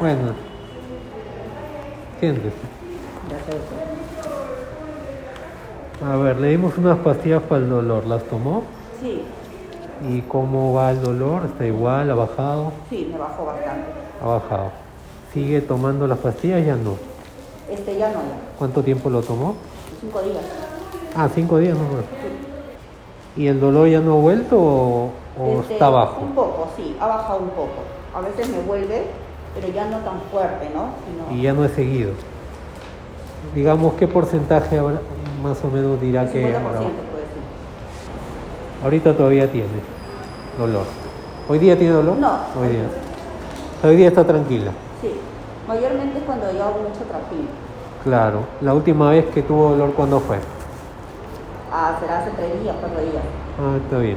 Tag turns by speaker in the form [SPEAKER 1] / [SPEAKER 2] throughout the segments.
[SPEAKER 1] Bueno, siéntese.
[SPEAKER 2] Ya se usó.
[SPEAKER 1] A ver, le dimos unas pastillas para el dolor, ¿las tomó?
[SPEAKER 2] Sí,
[SPEAKER 1] ¿Y cómo va el dolor? ¿Está igual? ¿Ha bajado?
[SPEAKER 2] sí, me bajó bastante.
[SPEAKER 1] Ha bajado. ¿Sigue tomando las pastillas? Ya no.
[SPEAKER 2] Este ya no, ya.
[SPEAKER 1] ¿Cuánto tiempo lo tomó?
[SPEAKER 2] Cinco días.
[SPEAKER 1] Ah, cinco días nomás. ¿Y el dolor ya no ha vuelto o, o
[SPEAKER 2] Este,
[SPEAKER 1] Oh, está bajo?
[SPEAKER 2] Un poco, sí, ha bajado un poco. A veces me vuelve, pero ya no tan fuerte, ¿no? Sino-
[SPEAKER 1] Y ya no he seguido. Digamos, ¿qué porcentaje habrá- más o menos dirá que
[SPEAKER 2] 50%
[SPEAKER 1] habrá?
[SPEAKER 2] puede ser.
[SPEAKER 1] Ahorita todavía tiene dolor. ¿Hoy día tiene dolor?
[SPEAKER 2] No.
[SPEAKER 1] Hoy día. Hoy día está tranquila.
[SPEAKER 2] Sí, mayormente es cuando yo hago mucho trajín.
[SPEAKER 1] Claro. ¿La última vez que tuvo dolor cuándo fue?
[SPEAKER 2] Ah, será hace tres días, cuatro días.
[SPEAKER 1] Ah, está bien.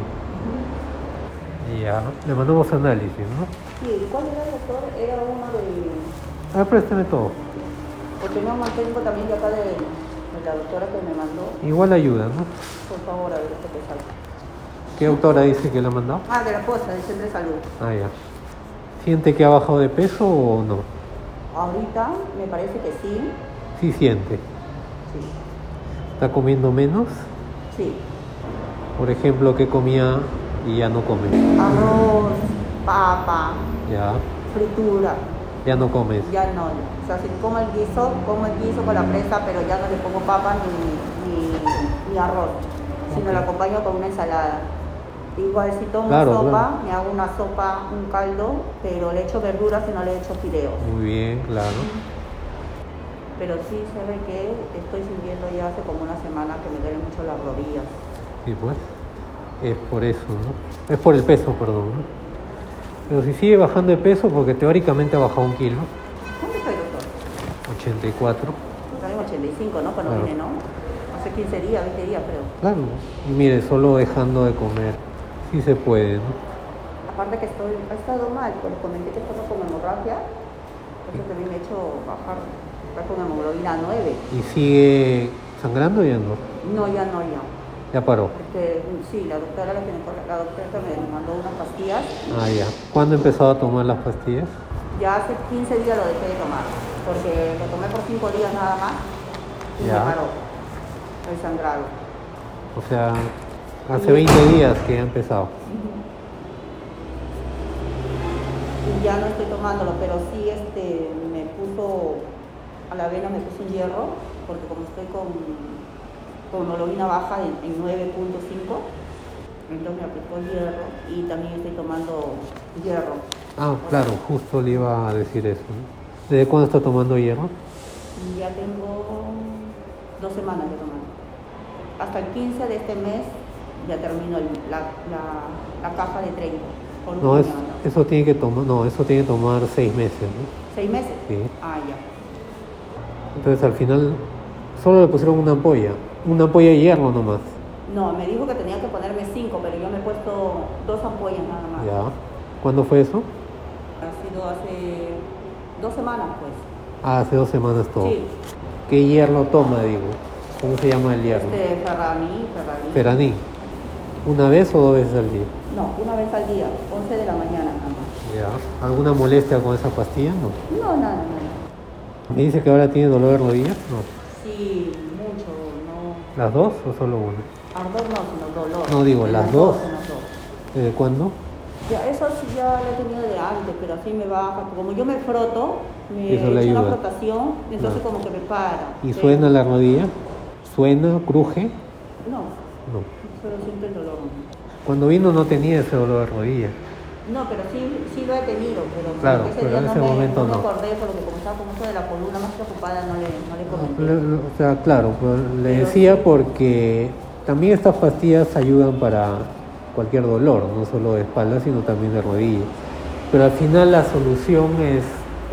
[SPEAKER 1] Ya. Le mandamos análisis, ¿no?
[SPEAKER 2] Sí, ¿cuál era el doctor? Era uno de...
[SPEAKER 1] A ver, Ah, préstame todo.
[SPEAKER 2] Porque no mantengo también de acá de, de la doctora que me mandó.
[SPEAKER 1] Igual ayuda, ¿no?
[SPEAKER 2] Por favor, a ver qué te salga.
[SPEAKER 1] ¿Qué autora dice que la ha mandado?
[SPEAKER 2] Ah, de la esposa, de Centro de Salud.
[SPEAKER 1] Ah, ya. ¿Siente que ha bajado de peso o no?
[SPEAKER 2] Ahorita me parece que sí.
[SPEAKER 1] Sí siente.
[SPEAKER 2] Sí.
[SPEAKER 1] ¿Está comiendo menos?
[SPEAKER 2] Sí.
[SPEAKER 1] Por ejemplo, ¿qué comía y ya no come?
[SPEAKER 2] Arroz, papa,
[SPEAKER 1] Ya.
[SPEAKER 2] fritura.
[SPEAKER 1] Ya no comes.
[SPEAKER 2] Ya no. O sea, si como el guiso, como el guiso con la presa, pero ya no le pongo papa ni, ni, ni arroz. Sino lo acompaño con una ensalada. Igual si tomo
[SPEAKER 1] Claro,
[SPEAKER 2] sopa,
[SPEAKER 1] claro.
[SPEAKER 2] me hago una sopa, un caldo, pero le echo verduras y no le echo fideos.
[SPEAKER 1] Muy bien, claro.
[SPEAKER 2] Pero sí se ve que estoy sintiendo ya hace como una semana que me duelen mucho las rodillas.
[SPEAKER 1] Sí, pues. Es por eso, ¿no? Es por el peso, perdón. ¿no? Pero si sigue bajando de peso, porque teóricamente ha bajado un kilo,
[SPEAKER 2] ¿Dónde estoy, doctor?
[SPEAKER 1] 84.
[SPEAKER 2] Está en 85, ¿no? Cuando
[SPEAKER 1] Claro.
[SPEAKER 2] vine, ¿no? Hace 15 días, 20 días, creo.
[SPEAKER 1] Claro. Y mire, solo dejando de comer. Sí se puede, ¿no?
[SPEAKER 2] Aparte que estoy, he estado mal, pues les comenté que estaba con hemorragia, eso también me ha hecho bajar, estar con hemoglobina 9.
[SPEAKER 1] Y sigue sangrando ya no.
[SPEAKER 2] No, ya no, ya.
[SPEAKER 1] Ya paró.
[SPEAKER 2] Este, sí, la doctora, la, ginecóloga- la doctora me mandó unas pastillas,
[SPEAKER 1] Ah, ya. ¿Cuándo empezó a tomar las pastillas?
[SPEAKER 2] ya hace 15 días lo dejé de tomar, porque lo tomé por 5 días nada más y
[SPEAKER 1] Ya.
[SPEAKER 2] me paró el sangrado.
[SPEAKER 1] O sea, hace 20 días que ha empezado.
[SPEAKER 2] Y ya no estoy tomándolo, pero sí este, me puso, a la vena me puso un hierro, porque como estoy con, con hemoglobina baja en, en 9.5, entonces me aplicó hierro y también estoy tomando hierro.
[SPEAKER 1] Ah, claro, justo le iba a decir eso. ¿no? ¿Desde cuándo está tomando hierro?
[SPEAKER 2] Y ya tengo dos semanas de tomar. Hasta el 15 de este mes ya termino el- la, la- la caja de 30. Por un
[SPEAKER 1] No, es-
[SPEAKER 2] puñado.
[SPEAKER 1] eso tiene que tomar, no, eso tiene que tomar seis meses. ¿no?
[SPEAKER 2] ¿Seis meses?
[SPEAKER 1] Sí.
[SPEAKER 2] Ah, ya.
[SPEAKER 1] Entonces al final solo le pusieron una ampolla, una ampolla de hierro nomás.
[SPEAKER 2] No, me dijo que tenía que ponerme cinco, pero yo me he puesto dos ampollas nada más.
[SPEAKER 1] Ya. ¿Cuándo fue eso?
[SPEAKER 2] Ha sido hace dos semanas, pues.
[SPEAKER 1] Ah, hace dos semanas todo.
[SPEAKER 2] Sí.
[SPEAKER 1] ¿Qué hierro toma, digo? ¿Cómo se llama el hierro?
[SPEAKER 2] Este, Ferrari, Ferrari.
[SPEAKER 1] Feranín. ¿Una vez o dos veces al día?
[SPEAKER 2] No, una vez al día, 11 de la mañana nada más.
[SPEAKER 1] Ya. ¿Alguna molestia con esa pastilla? No.
[SPEAKER 2] No, nada, nada.
[SPEAKER 1] ¿Me dice que ahora tiene dolor de rodillas? No.
[SPEAKER 2] Sí, mucho, no.
[SPEAKER 1] ¿Las dos o solo una?
[SPEAKER 2] Ardor no, sino dolor.
[SPEAKER 1] No, digo,
[SPEAKER 2] De
[SPEAKER 1] las dos.
[SPEAKER 2] sino dos.
[SPEAKER 1] ¿Desde Eh, cuándo?
[SPEAKER 2] Ya, eso sí ya lo he tenido de antes, pero así me baja. Como yo me froto, me
[SPEAKER 1] Eso le
[SPEAKER 2] echo una
[SPEAKER 1] ayuda.
[SPEAKER 2] frotación, entonces
[SPEAKER 1] Claro.
[SPEAKER 2] como que me para.
[SPEAKER 1] ¿Y
[SPEAKER 2] Pero-
[SPEAKER 1] suena la rodilla? ¿Suena? ¿Cruje?
[SPEAKER 2] No,
[SPEAKER 1] No.
[SPEAKER 2] solo siento el dolor.
[SPEAKER 1] Cuando vino no tenía ese dolor de rodilla.
[SPEAKER 2] No, pero sí, sí lo he tenido, pero
[SPEAKER 1] Claro,
[SPEAKER 2] como que
[SPEAKER 1] pero en ese
[SPEAKER 2] me,
[SPEAKER 1] momento
[SPEAKER 2] me
[SPEAKER 1] no.
[SPEAKER 2] acordé, porque como estaba con eso de la columna más preocupada, no le, no le comenté.
[SPEAKER 1] Le- le- O sea, claro, pero le
[SPEAKER 2] Pero-
[SPEAKER 1] decía porque también estas pastillas ayudan para cualquier dolor, no solo de espalda, sino también de rodilla. Pero al final la solución es...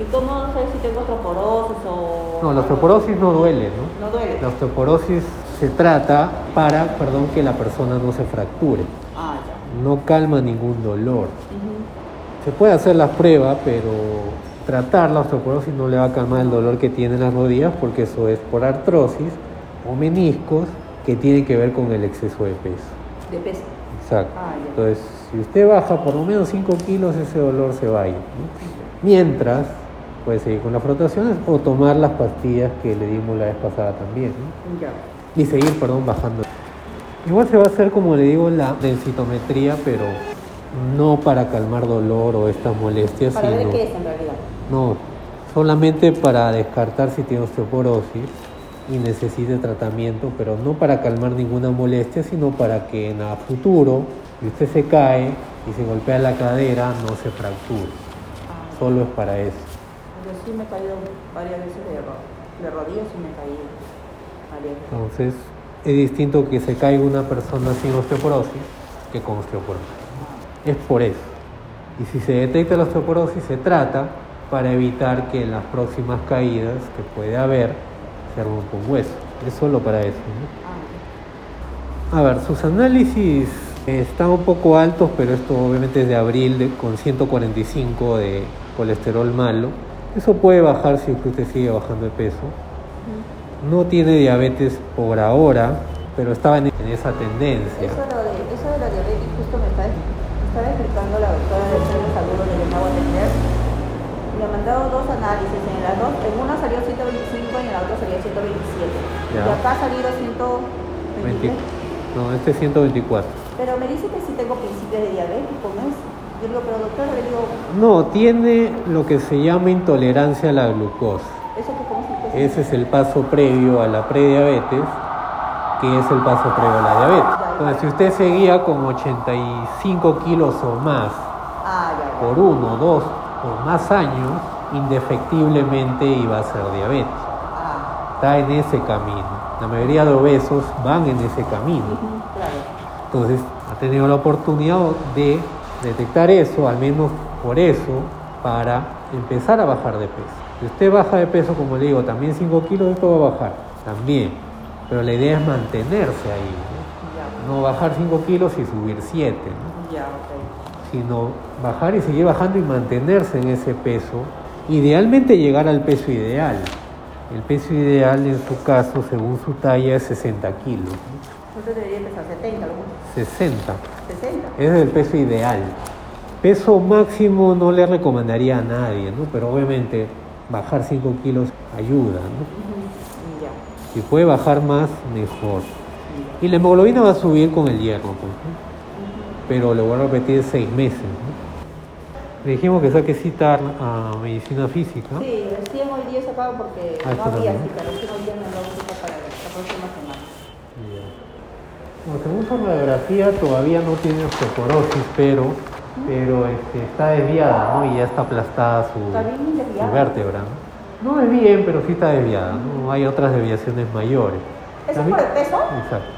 [SPEAKER 2] ¿Y cómo sé si tengo osteoporosis o...?
[SPEAKER 1] No, la osteoporosis no duele, ¿no?
[SPEAKER 2] No duele.
[SPEAKER 1] La osteoporosis se trata para, perdón, que la persona no se fracture.
[SPEAKER 2] Ah, ya.
[SPEAKER 1] No calma ningún dolor.
[SPEAKER 2] Ujú.
[SPEAKER 1] Se puede hacer la prueba, pero tratar la osteoporosis no le va a calmar el dolor que tiene en las rodillas porque eso es por artrosis o meniscos que tiene que ver con el exceso de peso.
[SPEAKER 2] De peso.
[SPEAKER 1] Exacto.
[SPEAKER 2] Ah, ya.
[SPEAKER 1] Entonces, si usted baja por lo menos 5 kilos, ese dolor se va a ir. ¿no? Mientras, puede seguir con las flotaciones o tomar las pastillas que le dimos la vez pasada también. ¿no?
[SPEAKER 2] Ya.
[SPEAKER 1] Y seguir, perdón, bajando. Igual se va a hacer, como le digo, la densitometría, pero no para calmar dolor o estas molestias,
[SPEAKER 2] Para ver
[SPEAKER 1] sino...
[SPEAKER 2] qué es en realidad.
[SPEAKER 1] No, solamente para descartar si tiene osteoporosis y necesite tratamiento, pero no para calmar ninguna molestia, sino para que en el futuro, si usted se cae y se golpea la cadera, no se fracture.
[SPEAKER 2] Ah,
[SPEAKER 1] Solo es para eso.
[SPEAKER 2] Yo sí me he caído varias veces de, ro- de rodillas y me he caído. varias veces.
[SPEAKER 1] Entonces, es distinto que se caiga una persona sin osteoporosis que con osteoporosis.
[SPEAKER 2] Ah,
[SPEAKER 1] Es por eso. Y si se detecta la osteoporosis, se trata para evitar que en las próximas caídas que puede haber se rompa un hueso. Es solo para eso. ¿no?
[SPEAKER 2] Ah,
[SPEAKER 1] A ver, sus análisis eh, están un poco altos, pero esto obviamente es de abril de- con 145 de colesterol malo. Eso puede bajar si es que usted sigue bajando de peso. No tiene diabetes por ahora, pero estaba en en esa tendencia.
[SPEAKER 2] Eso, lo de, eso de la diabetes justo me está, me estaba explicando la doctora del centro de salud donde yo me hago atender. Le han mandado dos análisis, en las dos, en una salió 125 y en la otra salió 127.
[SPEAKER 1] Ya.
[SPEAKER 2] Y acá ha salido
[SPEAKER 1] 20
[SPEAKER 2] 123.
[SPEAKER 1] no, este es 124.
[SPEAKER 2] Pero me dice que sí tengo principios de diabetes, ¿cómo es? Yo le digo, pero doctora, le digo,
[SPEAKER 1] No, tiene lo que se llama intolerancia a la glucosa.
[SPEAKER 2] ¿eso que cómo se puede
[SPEAKER 1] Ese es el paso previo a la prediabetes, que es el paso previo a la diabetes. Entonces, si usted seguía con 85 kilos o más
[SPEAKER 2] Ah, ya, ya.
[SPEAKER 1] por uno, dos o más años, indefectiblemente iba a ser diabetes.
[SPEAKER 2] Ah,
[SPEAKER 1] está en ese camino. La mayoría de obesos van en ese camino.
[SPEAKER 2] ujú, claro.
[SPEAKER 1] Entonces, ha tenido la oportunidad de detectar eso, al menos por eso, para empezar a bajar de peso. Si usted baja de peso, como le digo, también 5 kilos, esto va a bajar, también. Pero la idea es mantenerse ahí,
[SPEAKER 2] Ya,
[SPEAKER 1] no, No bajar 5 kilos y subir 7, ¿no?
[SPEAKER 2] ya, ok.
[SPEAKER 1] sino bajar y seguir bajando y mantenerse en ese peso. Idealmente llegar al peso ideal. El peso ideal en su caso, según su talla, es 60 kilos. ¿no?
[SPEAKER 2] Entonces debería empezar 70, lo menos.
[SPEAKER 1] 60.
[SPEAKER 2] 60.
[SPEAKER 1] Ese es el peso ideal. Peso máximo no le recomendaría a nadie, ¿no? pero obviamente bajar 5 kilos ayuda. ¿no?
[SPEAKER 2] Ujú, Ya,
[SPEAKER 1] Si puede bajar más, mejor.
[SPEAKER 2] ya.
[SPEAKER 1] Y la hemoglobina va a subir con el hierro, pues, ¿no? pero le voy a repetir seis meses. ¿no? Le dijimos que saque cita a medicina física.
[SPEAKER 2] Sí, recién hoy día se acaba porque
[SPEAKER 1] Ah,
[SPEAKER 2] no
[SPEAKER 1] está
[SPEAKER 2] había
[SPEAKER 1] bien.
[SPEAKER 2] cita, recién hoy día me lo cita para la próxima semana.
[SPEAKER 1] Ya. Bueno, según su radiografía todavía no tiene osteoporosis, pero, pero este, está desviada, ¿no? Y ya está aplastada su,
[SPEAKER 2] Está bien
[SPEAKER 1] su
[SPEAKER 2] desviada.
[SPEAKER 1] vértebra. ¿no? No es bien, pero sí está desviada, ¿no? Hay otras desviaciones mayores.
[SPEAKER 2] ¿Eso es
[SPEAKER 1] También-
[SPEAKER 2] por el peso?
[SPEAKER 1] Exacto.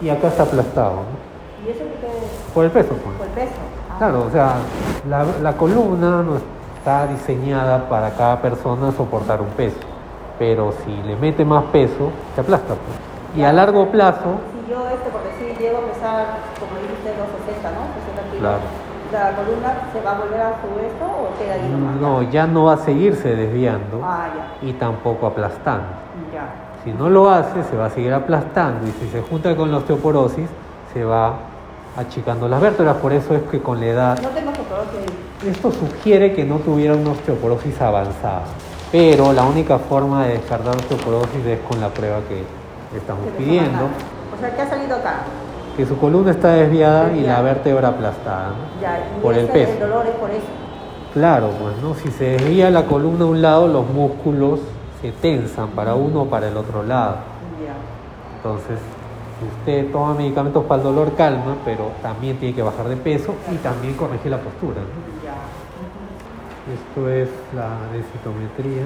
[SPEAKER 1] Y acá está aplastado, ¿no?
[SPEAKER 2] ¿Y eso por qué es?
[SPEAKER 1] Por el peso, pues.
[SPEAKER 2] Por el peso. Ah,
[SPEAKER 1] Claro, o sea, la, la columna no está diseñada para cada persona soportar un peso, pero si le mete más peso, se aplasta. pues. Y a largo plazo,
[SPEAKER 2] Si yo, este, porque si llego a pesar, como dice usted, 260, ¿no? 60 kilos.
[SPEAKER 1] Claro.
[SPEAKER 2] ¿La columna se va a volver a su esto o queda ahí nomás?
[SPEAKER 1] no, ya no va a seguirse desviando
[SPEAKER 2] Ah, ya,
[SPEAKER 1] y tampoco aplastando.
[SPEAKER 2] ya.
[SPEAKER 1] Si no lo hace, se va a seguir aplastando y si se junta con la osteoporosis, se va achicando las vértebras. Por eso es que con la edad
[SPEAKER 2] No tengo osteoporosis.
[SPEAKER 1] Esto sugiere que no tuviera una osteoporosis avanzada, pero la única forma de descartar osteoporosis es con la prueba que estamos
[SPEAKER 2] que le
[SPEAKER 1] pidiendo,
[SPEAKER 2] toman nada. O sea, ¿qué ha salido acá?
[SPEAKER 1] que su columna está desviada y la
[SPEAKER 2] Desviada.
[SPEAKER 1] vértebra aplastada. ¿no?
[SPEAKER 2] Ya, y
[SPEAKER 1] Por el
[SPEAKER 2] ese-
[SPEAKER 1] peso.
[SPEAKER 2] El dolor es por eso.
[SPEAKER 1] Claro, pues no, si se desvía la columna a un lado, los músculos se tensan para uno o para el otro lado.
[SPEAKER 2] Ya.
[SPEAKER 1] Entonces, si usted toma medicamentos para el dolor, calma, pero también tiene que bajar de peso y también corregir la postura. ¿no?
[SPEAKER 2] Ya.
[SPEAKER 1] Esto es la densitometría,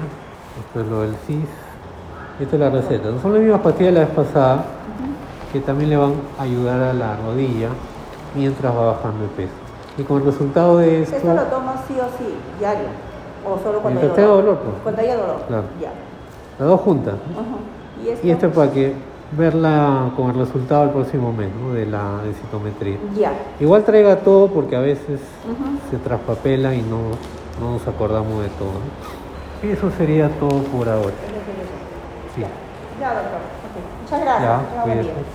[SPEAKER 1] esto es lo del CIS, y esta es la receta. No son las mismas pastillas de la vez pasada, que también le van a ayudar a la rodilla mientras va bajando de peso. Y como resultado de esto,
[SPEAKER 2] ¿Esto lo tomo sí o sí, diario? ¿O solo cuando hay
[SPEAKER 1] Mientras tenga
[SPEAKER 2] dolor?
[SPEAKER 1] dolor, pues.
[SPEAKER 2] Cuando haya dolor.
[SPEAKER 1] Claro.
[SPEAKER 2] Ya.
[SPEAKER 1] las dos juntas. ¿no?
[SPEAKER 2] Ajá. ¿Y esto?
[SPEAKER 1] Y esto es para que verla con el resultado el próximo mes ¿no? de la densitometría.
[SPEAKER 2] Ya.
[SPEAKER 1] Igual traiga todo porque a veces
[SPEAKER 2] Ujú.
[SPEAKER 1] se traspapela y no, no nos acordamos de todo. ¿no? Y eso sería todo por ahora.
[SPEAKER 2] Es lo que yo sé.
[SPEAKER 1] Sí.
[SPEAKER 2] Ya, doctor. Ok. Muchas gracias.
[SPEAKER 1] Ya,
[SPEAKER 2] Tenga buen
[SPEAKER 1] cuídate.
[SPEAKER 2] día.